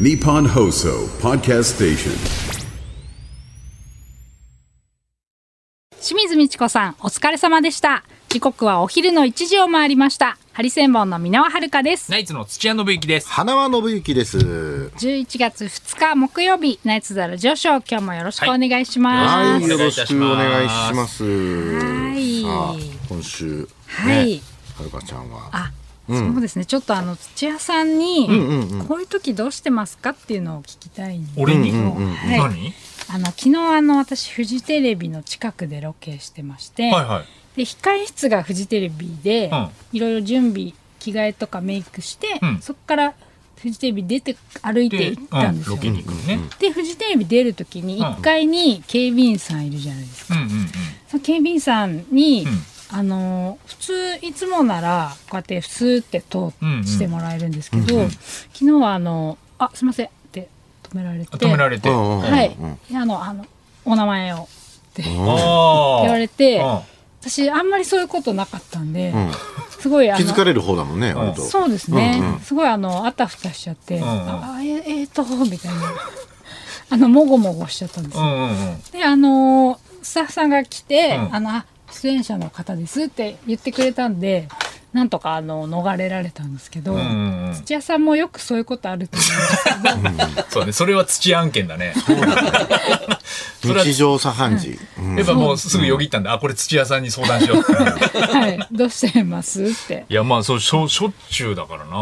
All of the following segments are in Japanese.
Nippon Hoso Podcast Station. 清水美智子さんお疲れ様でした時刻はお昼の1時を回りましたハリセンボンの箕輪遥ですナイツの土屋信之です。花輪信之です。 11月2日木曜日ナイツザラジオショー今日もよろしくお願いしまはすい、はい、よろしくお願いします。いさあ、今週、ね、はるかちゃんは。あそうですねちょっとあの土屋さんに、こういう時どうしてますかっていうのを聞きたいんで俺に、はい何あの昨日あの私フジテレビの近くでロケしてまして、はいはい。で控室がフジテレビで、うんいろいろ準備着替えとかメイクして、うんそこからフジテレビ出て歩いてで、行ったうんでん、すよ、ロケに行くのね。でフジテレビ出る時にうん1階に警備員さんいるじゃないですか、うんうんうん。その警備員さんに、うんあのー普通いつもならこうやってスーって通してもらえるんですけど、昨日はあの「あすいません」って止められて止められて。うあんうんはい、であのあのお名前をって言あ。われて、うん私あんまりそういうことなかったんで、うんすごいあ気づかのれる方だもんね、割と。そうですね、うんうんすごいあのあたふたしちゃって、んうんあえーえーとみたいな あのもごもごしちゃったんですうよ、んうんうん。であのスタッフさんが来て、うんあのあ出演者の方ですって言ってくれたんでなんとかあの逃れられたんですけど、うんうんうん土屋さんもよくそういうことあると思うんですけどそうね、それは土案件だね。それは日常茶飯事。うんやっぱもうすぐよぎったんで、あ、これ土屋さんに相談しようって。はいどうしてますって いや、まあ、そう、しょしょっちゅうだからな。あ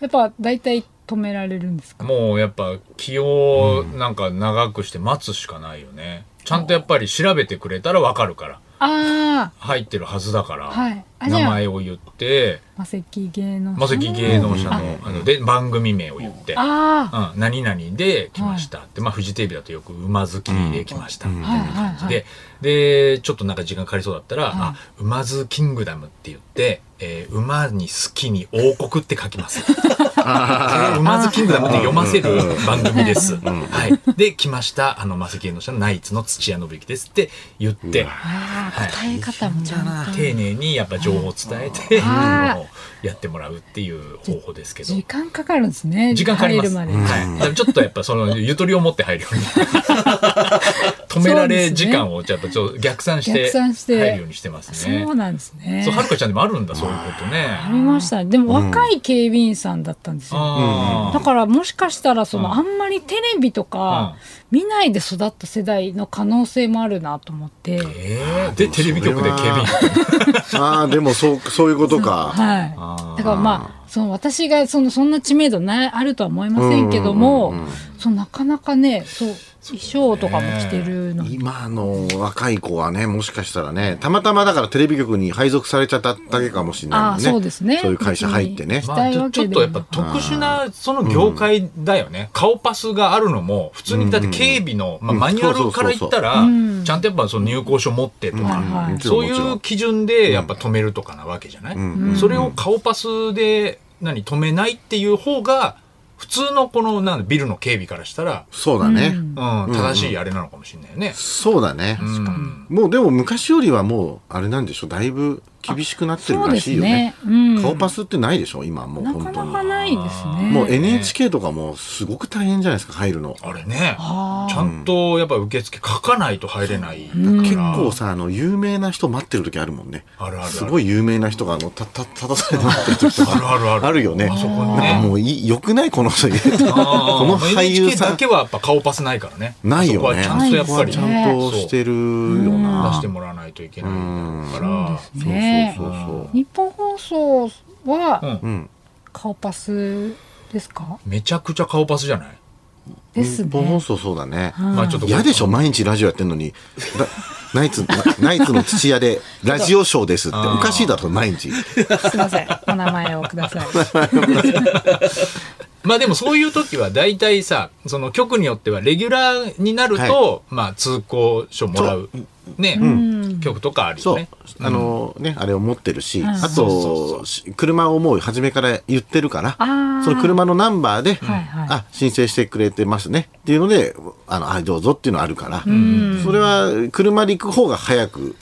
ーやっぱ大体止められるんですかもうやっぱ気をなんか長くして待つしかないよね。ちゃんとやっぱり調べてくれたらわかるから。あ入ってるはずだから。はいあじゃあ名前を言って。あマセキ芸能マセキ芸能者のあので番組名を言って、うああん、何々で来ましたって、まあ、フジテレビだとよく馬好きで来ましたみたいな感じはいで、で、ちょっとなんか時間かかりそうだったら、あ、馬ズキングダムって言って、えー馬に好きに王国って書きます。それを馬ズキングダムって読ませる番組です。はい。で、来ました、あの、マセキ芸能者のナイツの土屋信之ですって言って、あはあ答えい方もちゃんと、丁寧にやっぱ情報を伝えて、あー あのやってもらうっていう方法ですけど。時間かかるんですね時間かかります。入るまで、はい。だからちょっとやっぱそのゆとりを持って入るように。止められ時間をちょっとちょっと逆算して逆算して入るようにしてますね。そうなんですねそうはるかちゃんでもあるんだそういうことあね。りましたでも若い警備員さんだったんですよ、あだからもしかしたらその、うんあんまりテレビとか見ないで育った世代の可能性もあるなと思って、ーえーでテレビ局で警備員。ああ、でもそう、そういうことか。はいだからまあその私がそのそんな知名度ないあるとは思いませんけども、そのなかなかねそう衣装とかも着てるのに今の若い子はね、もしかしたらね、たまたまだからテレビ局に配属されちゃっただけかもしれああないもんね。そうですねそういう会社入ってね別。にまあ、ちょちょっとやっぱ特殊なその業界だよね、顔パスがあるのも普通にだって警備の、まあ、マニュアルから言ったらちゃんとやっぱその入校証持ってとか、はいはいもちろそんういう基準でやっぱ止めるとかなわけじゃない、それを顔パスで何止めないっていう方が普通のこのなんだビルの警備からしたら、そうだね。うん、正しいあれなのかもしれないよね。そうだね。うんもうでも昔よりはもうあれなんでしょだいぶ厳しくなってるらしいよねそうですねうん顔パスってないでしょ今もうな本か当なにかないですねもう NHK とかもすごく大変じゃないですか入るのあれねちゃんとやっぱ受付書かないと入れないだから、結構さあの有名な人待ってる時あるもんねあるあるあるすごい有名な人があのたた立たされて待ってる時とかあるあるあるあるよねあそこにねなんかもうい良くないこの人こあーの俳優 NHK さだんけはやっぱ顔パスないからね。ないよねそこはちゃんとやっぱりちゃんとしてるよそう出なしてもらわないといけないから。そうねそうそう日本放送はそううん顔パスですか、めちゃくちゃ顔パスじゃないです日本放ね。送そうだねまあちょっと嫌でしょ毎日ラジオやってんのにラナイツなナイツの土屋でラジオショーですっておかしいだろ毎日すいません。お名前をください。まあでもそういう時は大体さ、その局によってはレギュラーになると、まあ通行証もらう、ね、局とかあるよそうね。あのねあれを持ってるしあそうそとし車をもう初めから言ってるからあーその車のナンバーではいはいあ申請してくれてますねっていうのであのはいどうぞっていうのあるからそれは車で行く方が早く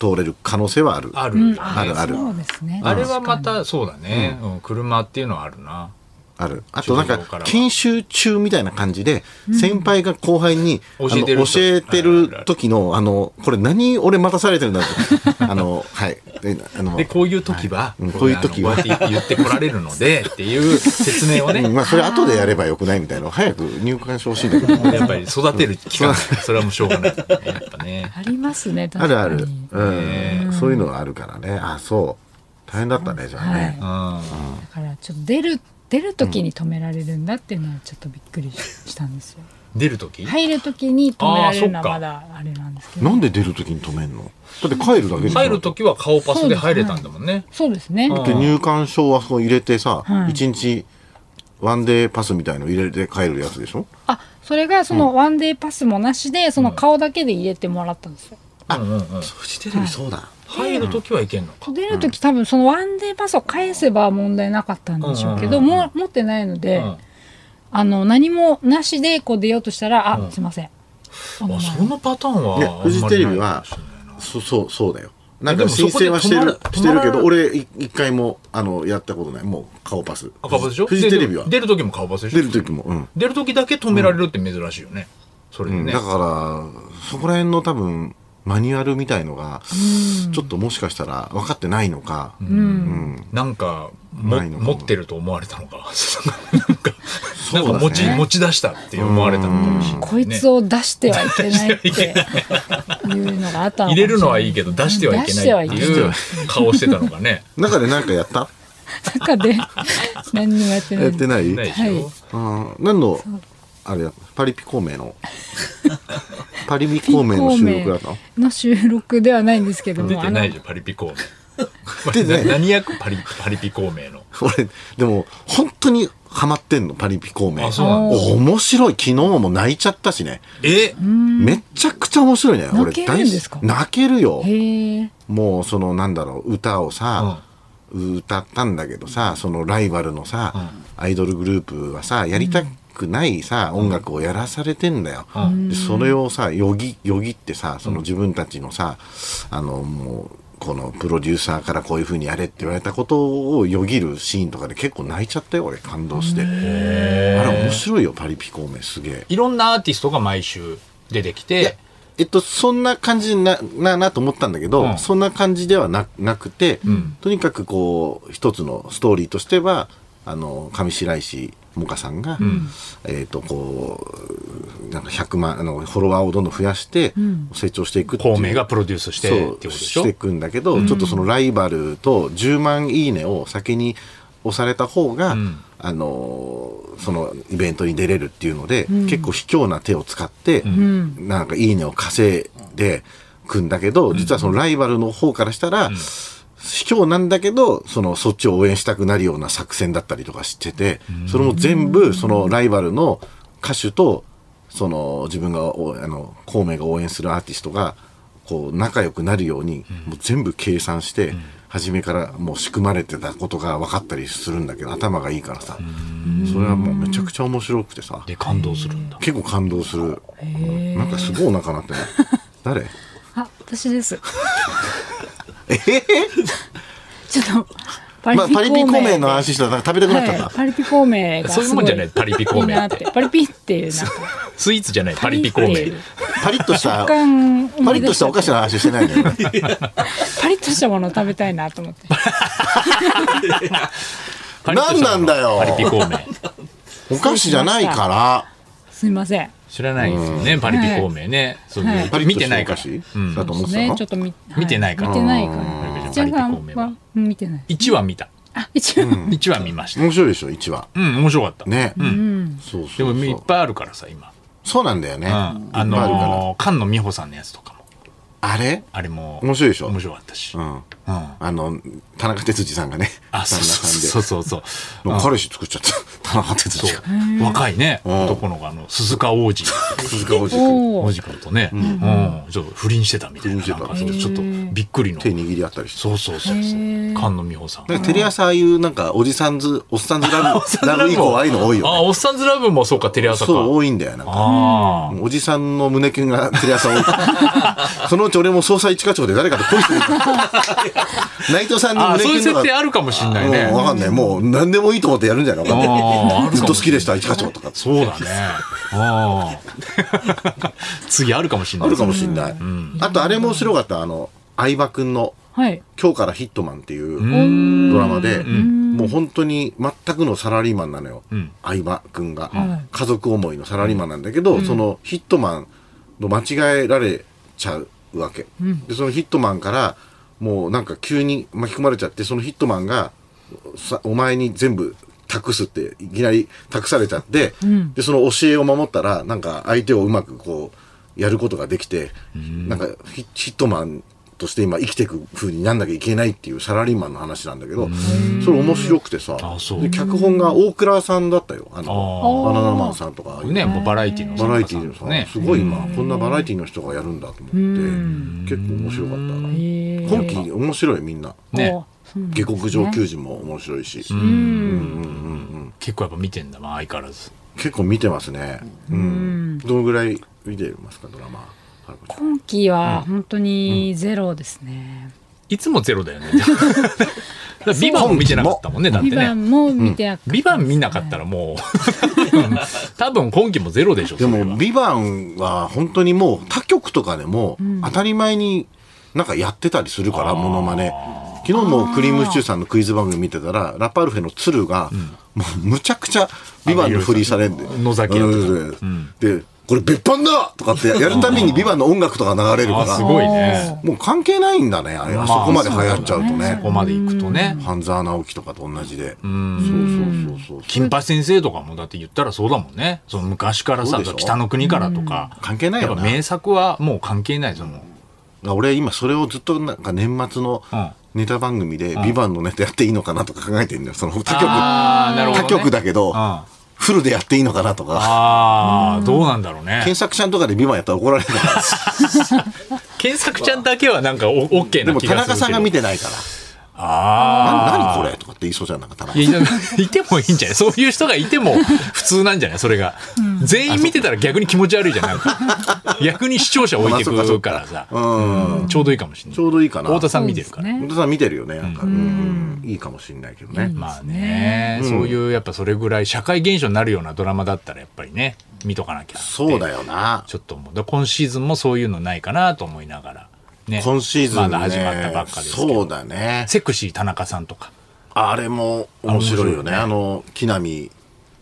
通れる可能性はあるあるよね、 あるあるそうですね。あれはまたそうだね、うん車っていうのはあるな。あるあとなんか授業からは研修中みたいな感じで先輩が後輩に、教あのえてる教えてる時のあのこれ何俺待たされてるんだって あのはいであのでこういう時は、うんこういう時はあのこうやって言ってこられるのでっていう説明をねうんまあそれ後でやればよくないみたいな早く入館して ほしいんだけどやっぱり育てる期間それはもうしょうがないですねやっぱねありますね、あ確るかあに。る、うん、そういうのがあるからねあそう大変だったねじゃあはねい。うんだから、ちょっと出る、出る時に止められるんだっていうのは、ちょっとびっくりししたんですよ。出る時入る時に止められるのはあーそまっかだあれなんですけど。なんで出る時に止めんのだって帰るだけでしょ入る時は顔パスで入れたんだもんねそうですね。だって入館証はそう入れてさ、はい一日ワンデーパスみたいの入れて帰るやつでしょあ、それがそのワンデーパスもなしで、その顔だけで入れてもらったんですよ。あうんうんうんフジテレビそうだ、入る時はいけんのか出る時多分そのワンデーパスを返せば問題なかったんでしょうけど、うんうんうんも持ってないので、うんあの何もなしでこう出ようとしたら、あ、すいません。お名あ前そのパターンはあんまりねないフジテレビはそそうそうだよなんか申請はしてでもるそこで止まるしてるけ止まどる俺い一回もあのやったことないもう顔パスあ顔パスでしょフジテレビはで出る時も顔パスでしょ出る時もうん出る時だけ止められるって珍しいよねそれでうんねだからそこら辺の多分マニュアルみたいのがちょっともしかしたら分かってないのか、うんなんかもないのか持もってると思われたのか なんかなうだねんか持ち持ち出したって思われたのかもしれないねこいつを出してはいけないっていうのがあったのかもしない入れるのはいいけど出してはいけないって出していう顔してたのか ね中で何か やった中で何にもやってないやってない、ないでしょ、はいあー何のあれだパリピ孔 明のパリピ孔明の収録だったのの収録ではないんですけども出てないあのじゃんパリピ孔明 出てないな 何役パリパリピ孔明の俺でも本当にハマってんのパリピ孔明あそうなんだ面白い昨日も泣いちゃったしねえめちゃくちゃ面白いね俺泣けるんですか大好き泣けるよへえもうそのなんだろう歌をさ、歌ったんだけどさそのライバルのさ、アイドルグループはさやりたくないさ、音楽をやらされてんだよ、うんでそれをさよぎよぎってさその自分たちのさ、あのもうこのプロデューサーからこういうふうにやれって言われたことをよぎるシーンとかで結構泣いちゃったよ俺感動してあれ面白いよパリピ孔明すげえいろんなアーティストが毎週出てきいやてえっと、そんな感じなななと思ったんだけど、うんそんな感じではななくて、んとにかくこう一つのストーリーとしてはあの上白石萌歌さんが、えっとこうなんか100万あのフォロワーをどんどん増やして成長していくっていう孔明がプロデュースしてってそことうでししょていくんだけど、ちょっとそのライバルと10万いいねを先に押された方が、んあのーそのイベントに出れるっていうので、結構卑怯な手を使って、なんかいいねを稼いでくんだけど、実はそのライバルの方からしたら、卑怯なんだけど、その、そっちを応援したくなるような作戦だったりとかしてて、それも全部、そのライバルの歌手と、その、自分がお、あの、孔明が応援するアーティストが、こう、仲良くなるように、もう全部計算して、初めからもう仕組まれてたことが分かったりするんだけど、頭がいいからさ。それはもうめちゃくちゃ面白くてさ、で感動するんだ結構感動する。なんかすごいお腹鳴ってない。誰あ私ですえちょっと パまあ、パリピ孔明ので話したら食べたくなっちゃった。はい、パリピ孔明がすごそういうもんじゃないパリピ孔明いいなってパリピっていうなんかスイーツじゃないパリピ孔ってい明うパリッとした食感パリッとしたお菓子の話してないのよ。パリッとしたものを食べたいなと思ってパリッとしたなんなんだよパリピ孔明お菓子じゃないかすいません知らないですよねパリピ孔明ねそうはいら。パリッ見とてしなたおいから菓う子んだと思ってたねのちょっと見,はい、見てないから見てないからうんじゃあパリピ孔明はうん見てない1話見たあ一応、 1話見ました面白いでしょ、1話。うん面白かったね。うんそうそでうそもう。いっぱいあるからさ今そうなんだよね。いっぱいうんああるから。のー菅野美穂さんのやつとかもあれあれも面白いでしょ面白かったし、ううんん。あの、田中哲司さんがね。あそうそうそうそうそう旦う那んさんで。彼氏作っちゃった。田中哲司が。そう若いねん男の子あの鈴鹿王子鈴鹿おじ君。お王ー子君とね、うんちょっと不倫してたみたいな不倫してたなんかそうちょっとびっくりの手握り合ったりして。そうそうそうそう菅野美穂さんなんかテレ朝ああいうなんかおじさんず、おっさん ずラブ、ラブ以降ああいうの多いあよね。おっさんずラブもそうかテレ朝かそう、多いんだよ。なんかあおじさんの胸キュンがテレ朝多い。そのうち俺も捜査一課長で誰かと恋する。内藤さんーのあー胸キそういうュンと設定か。あるかもしんないもうねわかんない。もう何でもいいと思ってやるんじゃないのわかんないあああるずっかとも好しきれないでした、一課長とか。そうだね。ああ。 次あるかもしれなあい。るかもしれない。あと、あれも面白かった、あの、相葉くんの、はい。今日からヒットマンっていうう。うんドラマで、んもう本当に全くのサラリーマンなのようん。相葉くんがはい。家族思いのサラリーマンなんだけど、そのヒットマンの間違えられちゃうわけ。で、そのヒットマンから、もうなんか急に巻き込まれちゃって、そのヒットマンが、さお前に全部託すって、いきなり託されちゃって、で、その教えを守ったら、なんか相手をうまくこう、やることができて、なんかヒヒットマンとして今生きていく風になんなきゃいけないっていうサラリーマンの話なんだけど、それ面白くてさあそう、で脚本が大倉さんだったよ。ああの、バナナマンさんとか。ね、もうバラエティのバラエティーのさ、ね。すごい今、こんなバラエティーの人がやるんだと思って、結構面白かっへた。今期面白いみんな。ねおそうなんですね下克上球児も面白いし、結構やっぱ見てんだ、まあ相変わらず。結構見てますね。うん。どのぐらい見てますか、ドラマ。今期は本当にゼロですね。いつもゼロだよね。だからビバンも見てなかったもんね、だってビバね。ンも見てなかったビバン見なかったらも う、多分今期もゼロでしょ、でそれも、はビバンは本当にもう他局とかでも当たり前になんかやってたりするから、モノマネ。昨日もクリームシチューさんのクイズ番組見てたら、ラパルフェの鶴が、もうむちゃくちゃビバンのフリーされんで。野崎やってたうんで、これ別版だとかってやるたびにビバンの音楽とか流れるかあ、らす、ごいね。もう関係ないんだね、あれ。あそこまで流行っちゃうとそね。こまで行くとね。半沢直樹とかと同じで。そうそうそうそう。金八先生とかもだって言ったらそうだもんね。その昔からそさうでしょ、北の国からとか。関係ないやよっなぱ名作はもう関係ない、その。俺今それをずっとなんか年末のうんネタ番組で「ビバンのネタやっていいのかなとか考えてんだよその他局あーなるほど他ね局だけどあフルでやっていいのかなとかあー、どうなんだろうね検。索者んとかでビバンやったら怒られるから検索ちゃんだけはなんかオッケーでなも気田がするけど。中さんが見てないから「ああ。な何これ?」とかって言いそうじゃんなんか田中いや、いてもいいんじゃないそういう人がいても普通なんじゃないそれが。全員見てたら逆に気持ち悪いじゃんない逆に視聴者置いてまあそっくかからさ。うんちょうどいいかもしれない。ちょうどいいかな太田本さん見てるから。ね田さん見てるよねなんかうんいいかもしんないけどねまあね、そういうやっぱそれぐらい社会現象になるようなドラマだったらやっぱりね、見とかなきゃ。そうだ。よなちょっともう、だ今シーズンもそういうのないかなと思いながら。ね。今シーズンねまだ始まったばっかですけど。そうだねセクシー田中さんとか。あれも面白いよねあの木南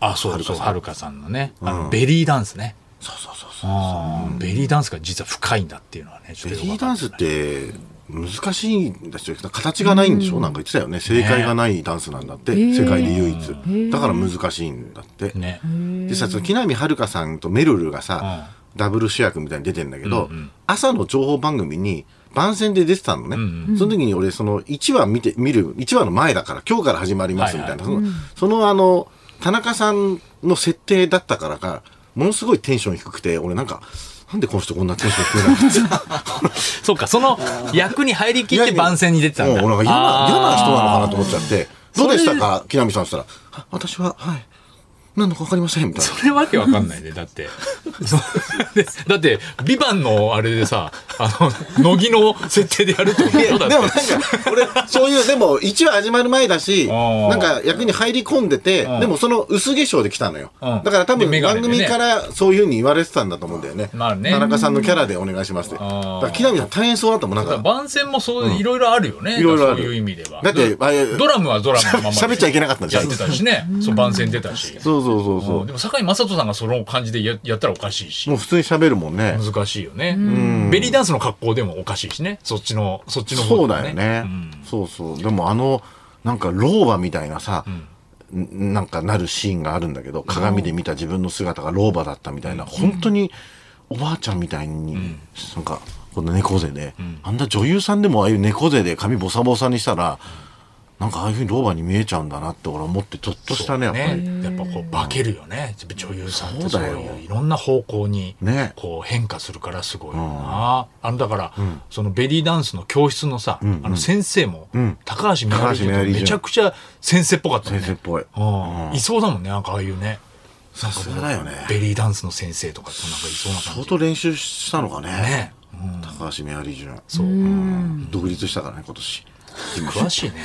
あ、そうそう、はるかさんのね。あの、ベリーダンスね。そうそうそうそうあーベリーダンスが実は深いんだっていうのはね、ちょっベとリよくーわダかンんなスいって難しいんですよ形がないんでしょ、なんか言ってたよね正解がないダンスなんだって、世界で唯一、だから難しいんだって、ね。でさその木南遥さんとめるるがさ、ダブル主役みたいに出てんだけど、朝の情報番組に番宣で出てたのね、その時に俺その1話見て見る1話の前だから今日から始まりますみたいな、その,、そのあの田中さんの設定だったからかものすごいテンション低くて俺なんかなんでこの人こんなテンション低いなってそうか、その役に入りきって番宣に出てたんだ。もうなんか嫌なあー嫌な人なのかなと思っちゃって、どうでしたか、木南さんしたら、あ私は、はい、何のか分かりません、みたいな。それわけわかんないね、だって。 そうでだって、ビバンのあれでさ、あの、乃木の設定でやるってことでしょだっでもなんて。か、俺、そういう、でも、一話始まる前だし、ーなんか役に入り込んでて、でもその薄化粧で来たのよ。うんだから多分で眼番鏡で組ねからそういうふうに言われてたんだと思うんだよね。まあね田中さんのキャラでお願いしますって。だんから木南さん大変そうだったもん、なんか。番宣もそう、いろいろあるよね。いろいろあるそういう意味では。だってあれドラムはドラムのままで。喋っちゃいけなかったじゃやんってたしね。そう、番宣出たし。そうそうそうそううんでも、堺雅人さんがその感じでややったらおかしいしもう。普通に喋るもんね。難しいよね。ベリーダンスの格好でもおかしいしね。そっちの、そっちのそ方うでもだよね、そうそうでもあのなんか老婆みたいなさ、んなんかなるシーンがあるんだけど鏡で見た自分の姿が老婆だったみたいな、本当におばあちゃんみたいに、なんかこの猫背で、あんな女優さんでもああいう猫背で髪ボサボサにしたら、なんかああいうふうに老婆に見えちゃうんだなって俺は思ってちょっとしたねやっぱり、ね、やっぱこう化けるよね女優さんってそそううだよいういろんな方向にねこう変化するからすごいよな、あのだから、そのベリーダンスの教室のさ、あの先生も、高橋みなり高橋みなりめちゃくちゃ先生っぽかったよね先生っぽいうんいそうだもんねなんかああいうねさすがだよねベリーダンスの先生とかそうなんかいそうな感相じ当練習したのかねね、高橋メアリージュンそううん独立したからね今年詳しいね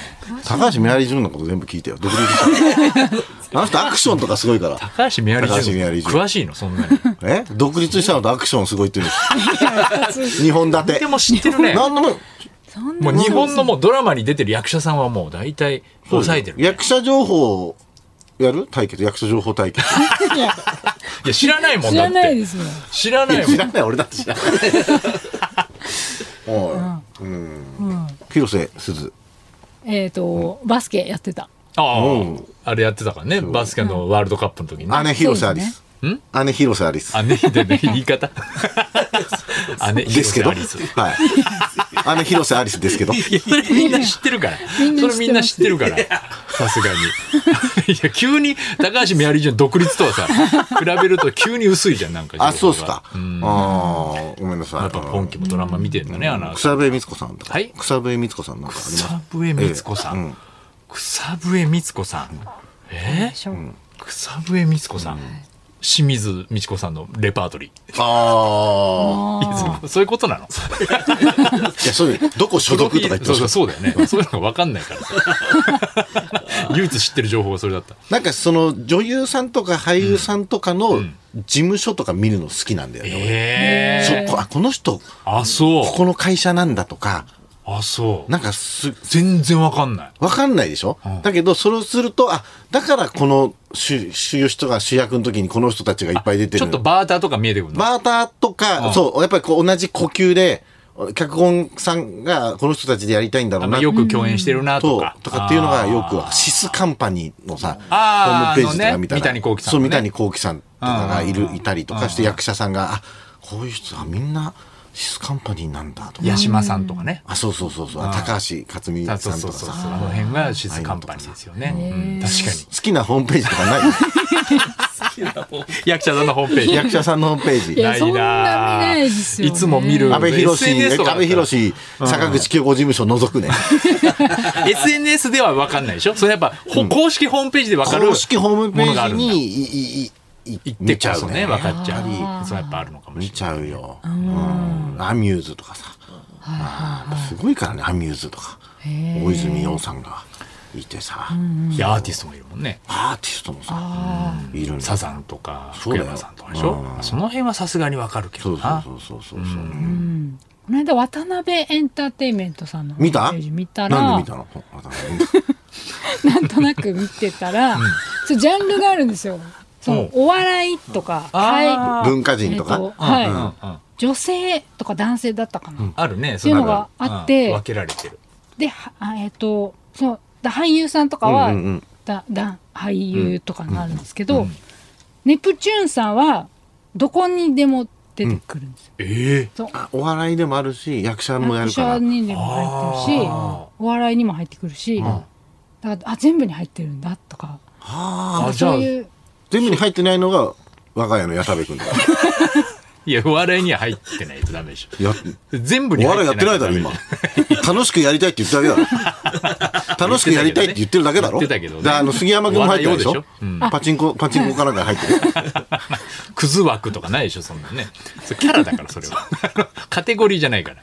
高橋メアリージュンのこと全部聞いてよ独立したあの人アクションとかすごいから。高橋みやり高橋メア純リージュン詳しいのそんなにえ独立したのとアクションすごいって言うんです。日本立てで。も知ってる ねなんでも、そんもなう日本のもうドラマに出てる役者さんはもう大体抑えてる、役者情報やる対決。役者情報対決。いやいや知らないもん知だらってないですよ。知らないもん知らない、俺だって知らない。はいうん広瀬すず。えっとバスケやってた。ああ、うんあれやってたからねバスケのワールドカップの時に、ね、姉広瀬アリス。姉広瀬アリス。姉でね言い方姉ですけど。は広瀬アリスい。姉広瀬アリスで すけど。いやそれみんな知ってるからみんな知ってそますれみんな知ってるからさすがに いや急に高橋メアリージュン独立とはさ比べると急に薄いじゃんなんかあ、そうっす情報がか。ああ、ごめんなさい。やっぱポンキもドラマ見てんだね、あの草笛光子さんとか。はい草笛光子さんなんかあります草笛光子さん、ええうん草笛光子さん、えー草笛光子さん、清水美智子さんのレパートリ あー、そういうことなのあ。いや、そういう、ど こ所属とか言ってそまうそうすそうだよねそういうのが分かんない からさ唯一知ってる情報がそれだったなんかその女優さんとか俳優さんとかの事務所とか見るの好きなんだよね。ええ俺そこあこの人、あそうここの会社なんだとか、あそうなんかす、全然分かんないわかんないでしょ、だけど、それをすると、あ、だからこの主主要人が主役の時にこの人たちがいっぱい出てちるょっとバーターとか見えてくるのバーターとか、そう、やっぱりこう同じ呼吸で、脚本さんがこの人たちでやりたいんだろあうまなあよく共演してるなととかとかっていうのがよくシスカンパニーのさホあーームページとあかのね見たら三谷幸喜さんそうのね三谷幸喜さんとかがいるいたりとかして役者さんがあこういう人はみんなシスカンパニーなんだとか八島さんとかねあそうそうそうそう高橋克実あさそうんそとうそうかそうさあの辺がシズカンパニーですよね、うん確か好きなホームページとかない に 役者さんのホームページ役者さんのホームペーいジやそんな見ないですよねいつも見る安倍博 SNS とかだっ安たら倍博坂口清子事務所除くね SNS では分かんないでしょそれやっぱ、ほ公式ホームページで分かる公式ホームペものがあージるんだにいいいいい行って見ちこゃそうねね分かっちゃうやっぱりそうやっぱあるのかもし見れちゃうよ、うんアミューズとかさ、あーすごいからねアミューズとか大泉洋さんがいてさ、ないいやアーティストもいるもんねアーティストもさいるんだサザンとかそ福うだよ山さんとかでしょその辺はさすがに分かるけそどうそうなそうそうそうそう、この間渡辺エンターテインメントさんのホー見ムペたージ見たなんらで見た のあたなんとなく見てたら、そうジャンルがあるんですよ。そのお笑いとか、あーはい文化人とかえっはい、うんうん女性とか男性だったかな。あるねっていうのがあってうん分けられてるで、はあえっ、と、そのだ俳優さんとかは、うんうんうんだだ俳優とかになるんですけど、ネプチューンさんはどこにでも出てくるんですよ。ええそうあお笑いでもあるし役者もや役るから者にでも入ってるしあお笑いにも入ってくるし、だからあ全部に入ってるんだとかあーあじゃそあういう全部に入ってないのが我が家の矢田部君だいやお笑いには入ってないとダメでしょや全部にお入笑いやってないだろ今楽しくやりたいって言ってるだけ だろ楽しくやりたいって言ってるだけだろ言ってたけどねであの杉山君も入ってるでしお笑い王でょしょうんパチンコパチンコかなんか入ってるクズ枠とかないでしょそんなねそれキャラだからそれ はカテゴリーじゃないから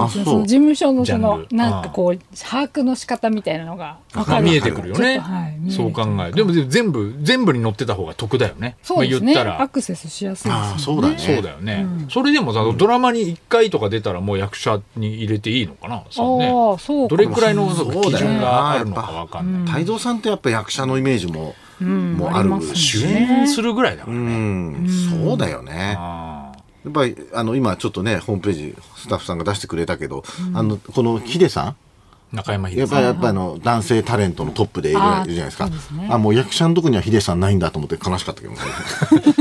あそそうその事務所のジャそンルのなんかこう把握の仕方みたいなのが分かる見えてくるよね、ちょっとはい見えてきてそう考えでも全部全部に乗ってた方が得だよねそうですまね、あ、言ったアらクセスしやすいああですそようだねねそうだよね、それでもさドラマに1回とか出たらもう役者に入れていいのかなそのねああそうかどれくらいのそうだよね基準があるのかわかんない、泰造さんってやっぱ役者のイメージも、もうあるありますねし、主演するぐらいだかうら、ん、そうだよね。やああっぱりあの今ちょっとねホームページスタッフさんが出してくれたけど、あのこのヒデさ中山ん秀や征さっぱんりやっぱあの男性タレントのトップでいるいるじあーゃないですか。あそうですねもう役者のとこにはヒデさんないんだと思って悲しかったけどね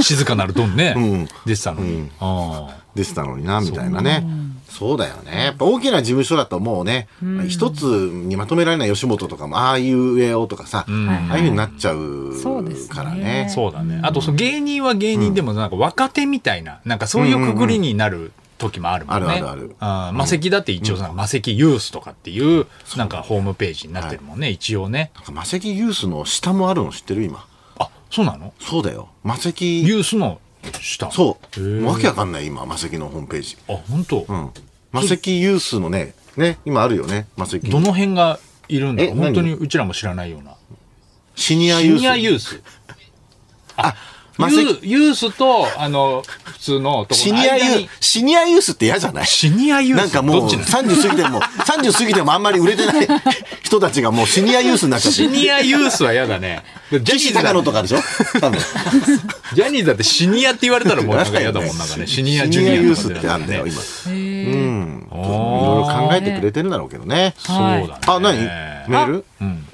静かなるドンね、んでしたのに、あでしたのになみたいなね。そうだよね。やっぱ大きな事務所だともうね、一つにまとめられない吉本とかも、ああいうえおとかさ、ああいうふうになっちゃうそうですねからあね。そうだねあとその芸人は芸人でもなんか若手みたいななんかそういうくぐりになる時もあるもんね、あるあるあるあー魔石だって一応さ、魔石ユースとかっていうなんかホームページになってるもんね、一応ねなんかマセキユースの下もあるの知ってる今。あそうなのそうだよ。マセキ、ユースの下そう。へーもうわけわかんない今、マセキのホームページ。あ本当、うん。マセキユースのね、ね、今あるよね、マセキ。どの辺がいるんだろうえ本当に何うちらも知らないようなシニアシユース。ニアユース。マユセーユースと、あの、普通のとこシのニアユ間ーに。ス、シニアユースって嫌じゃないシニアユースなんかもう、どっちなの30過ぎ ても、30過ぎてもあんまり売れてない人たちがもうシニアユースになっちゃってシる。ニアユースは嫌だね。ジャニー岸ズだ高野とかでしょ多分。ジャニーズだってシニアって言われた らもうなんか嫌だもん、なん かね。シニアジュニアシニアユーとスっかでてあんだよ、へ今。ーおいーろいろ考えてくれてるんだろうけどね。はいそうだね。あ、何メール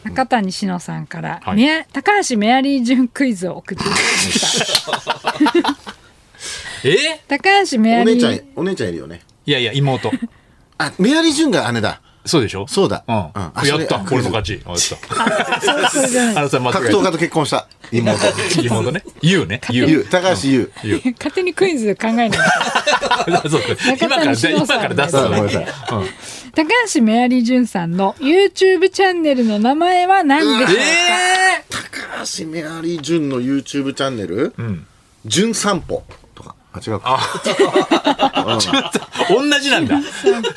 中谷志乃さんから、はいメア高橋メアリー順クイズを送ってきま した。え高橋メアおリ姉ちゃんー、、お姉ちゃんいるよね。いやいや、妹。あ、メアリー・ジュンが姉だ。そうでしょそうだ。うん。あやった、それ俺の勝ち。あやった。そうそうじゃなあい。のさ、間格違闘え家と結婚した。妹。た。妹ね。言うね。 言ゆう、 う。高橋優。言う。 勝手にクイズ考えないで。そう今から、今から出すあのごめんなね。さい。高橋メアリー順さんの YouTube チャンネルの名前は何でしょうか、高橋メアリー・ジュンの YouTube チャンネルんジュン散歩とか。あ、違うか。あ、 同じなんだ。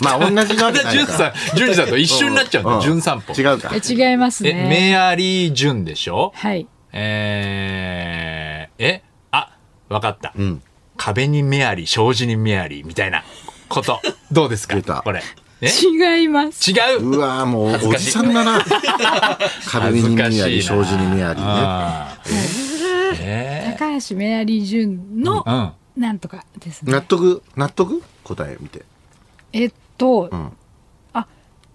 まあ、同じなまわけた、ない淳さか。ん、淳さんと一緒になっちゃうんうだ。ん淳散歩。違うか。え違いますえ、ね。メアリー・淳でしょはい。えー、え、あ、わかった。ん壁にメアリー、障子にメアリーみたいなこと。どうですか出たこれ。え違います。違ううわーもう、おじさんだな。壁に見あり、障子に見ありね。あーえ高橋メアリー順のーうん。なんとかですね。納得納得答え見て。えっと、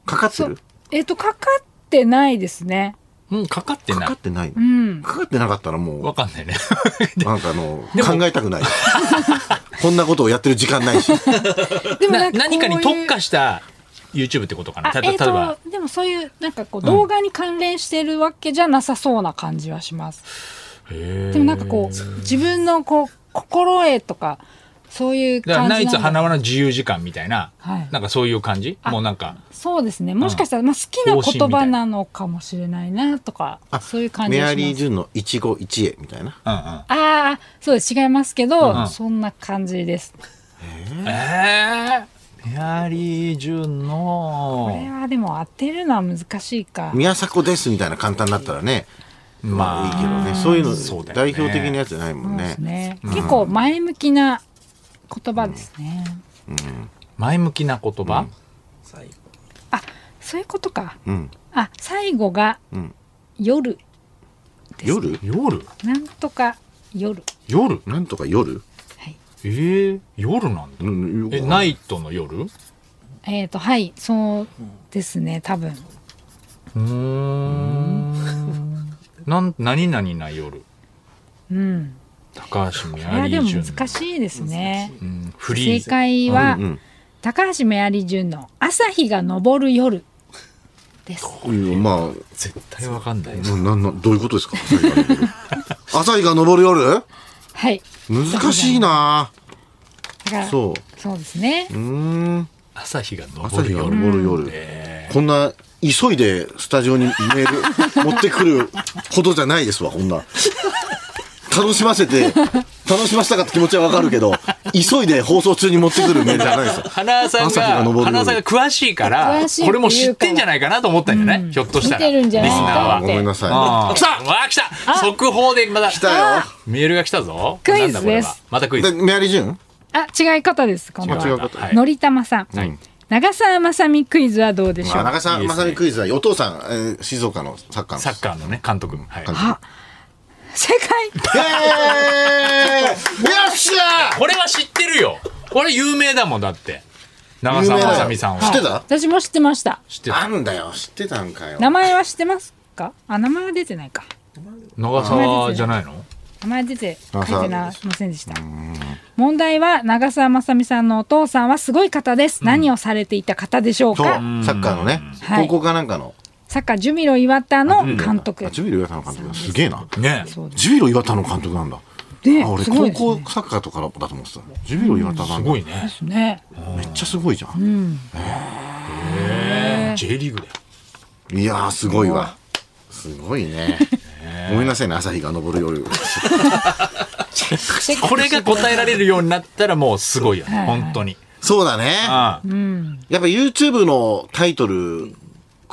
かかってそるえっと、かかってないですね。うん、かかってかないかっ。てないうのん。かかってなかったらもうわ、かんないね。なんかあの、考えたくない。 こんなことをやってる時間ないし。でもななんかこういう何かに特化した YouTube ってことかな。あたえっ、例えば、とでもそういうなんかこう動画に関連してるわけじゃなさそうな感じはします、でもなんかこう自分のこう心得とかそういうだから感ナじイツなんだ花輪の自由時間みたいな、はいなんかそういう感じもうなんか、そうですねもしかしたら、まあ、好きな方針みた言いな葉なのかもしれないなとかそういう感じメがアしリー・ますジュンの一期一会みたいな。うんうん。ああそうです違いますけど、うんそんな感じですえー、メアリー・ジュンこれの、はでも当てるのは難しいか宮迫ですみたいな簡単だったらね。まあいいけどね。そういうそうのだよ代ね表的なやつじゃないもそうんでねす。ね、結構前向きな言葉ですね、前向きな言葉、そういうことかうん。あ最後がうん夜です夜夜なんとか夜夜なんとか夜えー、夜なんだ。うんえ、ナイトの夜うえっ、とはいそうですね多分 ーん。なん、何々な夜。うん高橋メいやアリでー・もジュン。難い。しいですねうん、フリ正ーズ。解は、うんうん高橋メアリージュンの朝日が昇る夜ですいやまあ、も絶対わかんない。うなんなん、どういうことですか朝日が昇る朝日が昇る夜はい難しいなだからそうそですねう。うーん。朝日が昇朝る日が昇夜。る夜。こんな、急いでスタジオにメール持ってくるほどじゃないですわ、こんな。楽しませて、楽しませたかって気持ちはわかるけど、急いで放送中に持ってくるメールじゃないですよ。花輪さん朝が、日が昇る夜花輪さんが詳しいから詳しいっていうから、これも知ってんじゃないかなと思ったんじゃないひょっとしたら。見てるんじゃないリスナかーっは。てごめんなさあー来たわあ、来た速報でまた。来い。だよ。メールが来たぞ。クイズですなんだこれはまたクイでズ。メアリージュンあ違い方です今度あ違うはことはいのりたまさん、はい長澤まさみクイズはどうでしょう、長澤いいでますねさみクイズは、お父さん、えー静岡のサッカーの。サッカーのね、監督。はい。監督あ正解イエーイ よっしゃこれは知ってるよ。これ有名だもん、だって。長澤まさみさん知っは。てた私も知ってました知ってなた。んだよ、知ってたんかよ。名前は知ってますかあ名前は出てないか長澤じゃないの名前出て書長い澤てなませんでした問題は長澤まさみさんのお父さんはすごい方です、何をされていた方でしょうそう、サかッカーのね、はい高校かなんかの。サッカージュミロ岩田の監督あジュビロ岩田の監督だすげえな。ねそうですジュビロ岩田の監督なんだ。ねあ俺すごい高ですね校サッカーとかだと思ってた。ジュビロ岩田なすんだ。ごめいね。ねっちゃすごいじゃん。 J リーグだよ。いやーすごいわ。すごいね。ごめんなさいね朝日が昇る夜。これが答えられるようになったらもうすごいよね。本当に。そうだね。ああやっぱ YouTube のタイトル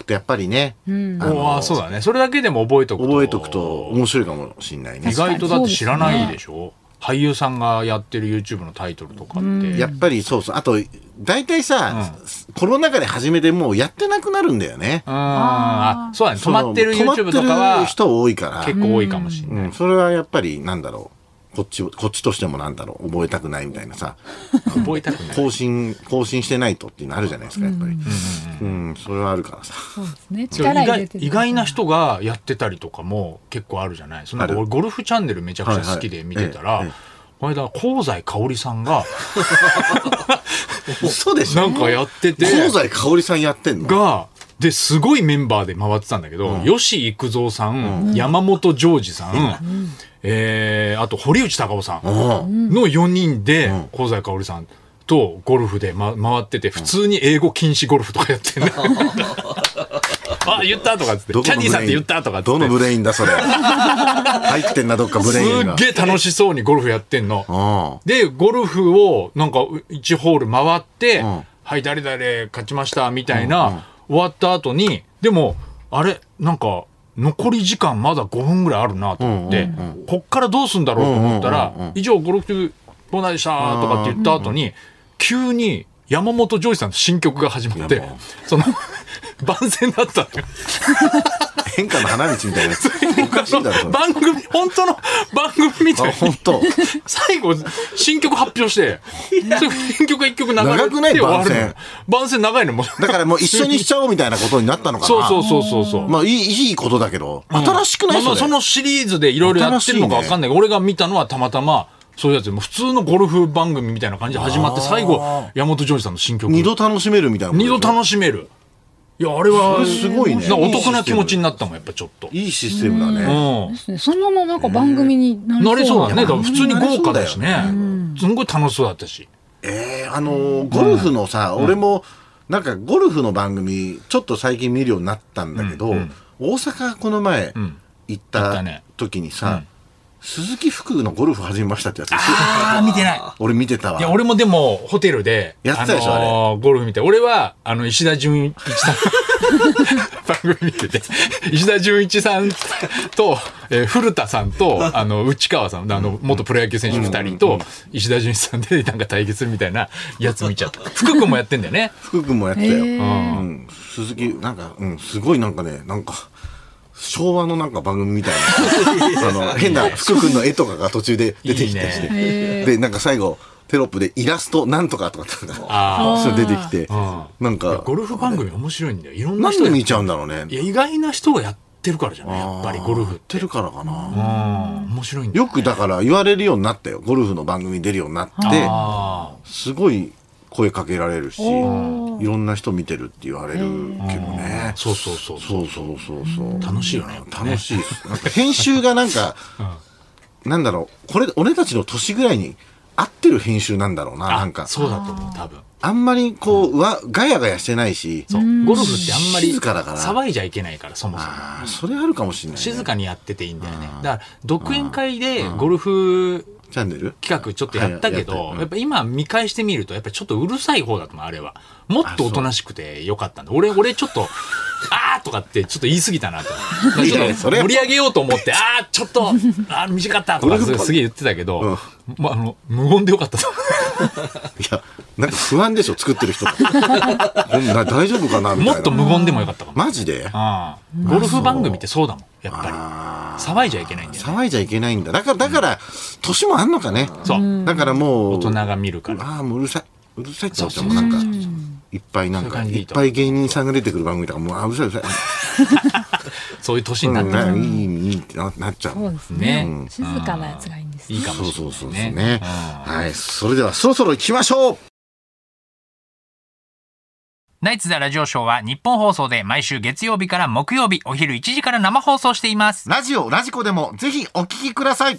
とやっぱりね、あおあのそうだねそれだけでも覚えとくと覚えとくと面白いかもしんないね意。外とだって知らないでしょ俳優さんがやってる YouTube のタイトルとかってやっぱりそうそう。あと、大体さ、コロナ禍で始めてもうやってなくなるんだよね。うんあそうだね止まってるその YouTube とか止まってるは人多いから。結構多いかもしれないうん、それはやっぱりなんだろうこっちこっちとしてもなんだろう覚えたくないみたいなさ覚えたくない更新更新してないとっていうのあるじゃないですかやっぱりうんそれはあるからさそうですね。でも力意入外れて意外な人がやってたりとかも結構あるじゃないそのある俺ゴルフチャンネルめちゃくちゃ好きで見てたら、はいはいえこの間香西かおりさんが嘘でなんかやってて香西かおりさんやってんのがですごいメンバーで回ってたんだけど、吉幾三さん、山本譲二さん、えーあと堀内孝雄さんうんの4人で香西かおりさんとゴルフで、ま、回ってて普通に英語禁止ゴルフとかやっ てんだあ言ったとかっつってキどこャのディーさんって言ったとかっつってどのブレインだそれ入ってんなどっかブすレインっがげえ楽しそうにゴルフやってんの。あで、ゴルフをなんか1ホール回って、んはい、誰々勝ちましたみたいな、終わった後に、でも、あれ、なんか、残り時間まだ5分ぐらいあるなと思って、こっからどうすんだろうと思ったら、以上、ゴルフコーナーでしたとかって言った後に、急に山本譲二さんの新曲が始まっいてやも、その、 番宣だったのよ。変化の花道みたいなやつおかしいだろそれ番組、本当の番組みたいあな。本当最後、新曲発表して、それ新曲が一曲流れて長くない終わるの番宣番宣長いのもう。だからもう一緒にしちゃおうみたいなことになったのかなそうそうそうそうそう。まあいいいいことだけど新しくないまあまあそそれのシリーズでいろいろやってるのかわかんないけど、俺が見たのはたまたま、そういうやつで、もう普通のゴルフ番組みたいな感じで始まって、最後、山本譲二さんの新曲。二度楽しめるみたいなこと二度楽しめる。いや、あれは、それすごいねなんかお得な気持ちになったもん、やっぱちょっと。いいシステムだね、うん。ねそのままなんか番組にななりそうだね。だから普通に豪華だしなね。すんごい楽しそうだったし。えーあのーゴルフのさ、俺もなんかゴルフの番組ちょっと最近見るようになったんだけど、大阪この前ん行っ行ったたね時うにさん「鈴木福のゴルフ始めました」ってやつああ、見てない。 俺見てたわいや、俺もでも、ホテルで、やってたでしょあのーゴルフ見て、俺は、あの、石田純一 さん、番組見てて、石田純一さんと、えー古田さんと、あの、内川さん、あの、元プロ野球選手2人と、石田純一さんで、なんか対決するみたいなやつ見ちゃった。福君もやってんだよね。福君もやってたよ、へうん、鈴木なんか、うん、すごいなんかねなんか昭和のなんか番組みたい なあの変な福君の絵とかが途中で出てきたりしていいでなんか最後テロップでイラストなんとかとかってなんかあそれ出てきてあ。なんかゴルフ番組面白いんだよ。いろんななん人でが見いちゃうんだろうね。や、意外な人がやってるからじゃないやっぱりゴルフっやってて。るからかうん、な。面白いんだよ。よくだから言われるようになったよ。ゴルフの番組に出るようになって、ああ。すごい声かけられるし、いろんな人見てるって言われるけどね。そうそうそうそう。そうそうそうそう。楽しいよね。やっぱね楽しいっす。なんか編集がなんか、なんだろう、これ、俺たちの年ぐらいに合ってる編集なんだろうな、あなんか。そうだと思う多分あんまりこう、うわ、ガヤガヤしてないし、そうゴルフってあんまり静かだから騒いじゃいけないからそもそもあーそれあるかもしれないね。静かにやってていいんだよねだから独演会でゴルフチャンネル企画ちょっとやったけど、はいやってるうんやっぱ今見返してみるとやっぱちょっとうるさい方だと思うあれはもっとおとなしくてよかったんだ俺俺ちょっと あーとかってちょっと言い過ぎたなと思う いやちょっそとれは盛り上げようと思ってあーちょっとあー短か ったとかゴルフすげえ言ってたけど、まあ、あの無言でよか ったと思ういや、なんか不安でしょ、作ってる人 がほんな大丈夫かなみたいもな。っと無言でもよかったかもマジでああゴルフ番組ってそうだもんやっぱり騒いじゃいけないんだよね騒いじゃいけないんだ。だから、だから、年もあんのかね。そうだからもう、大人が見るからああ、もううるさい。うるさいって思っちゃうもんなんか、いっぱいなんそういうか、感じでいいいっとぱい芸人さんが出てくる番組とか、もう、あーうるさい、うるさそういう年い。になうっん、てなんかいい、いいってななっちゃう。そうですねね静かなやつがいいんですいいね。かそもうしれそうそうそうないね。はい。それでは、そろそろ行きましょうナイツ・ザ・ラジオショーは日本放送で毎週月曜日から木曜日お昼1時から生放送しています。ラジオ、ラジコでも、ぜひお聞きください。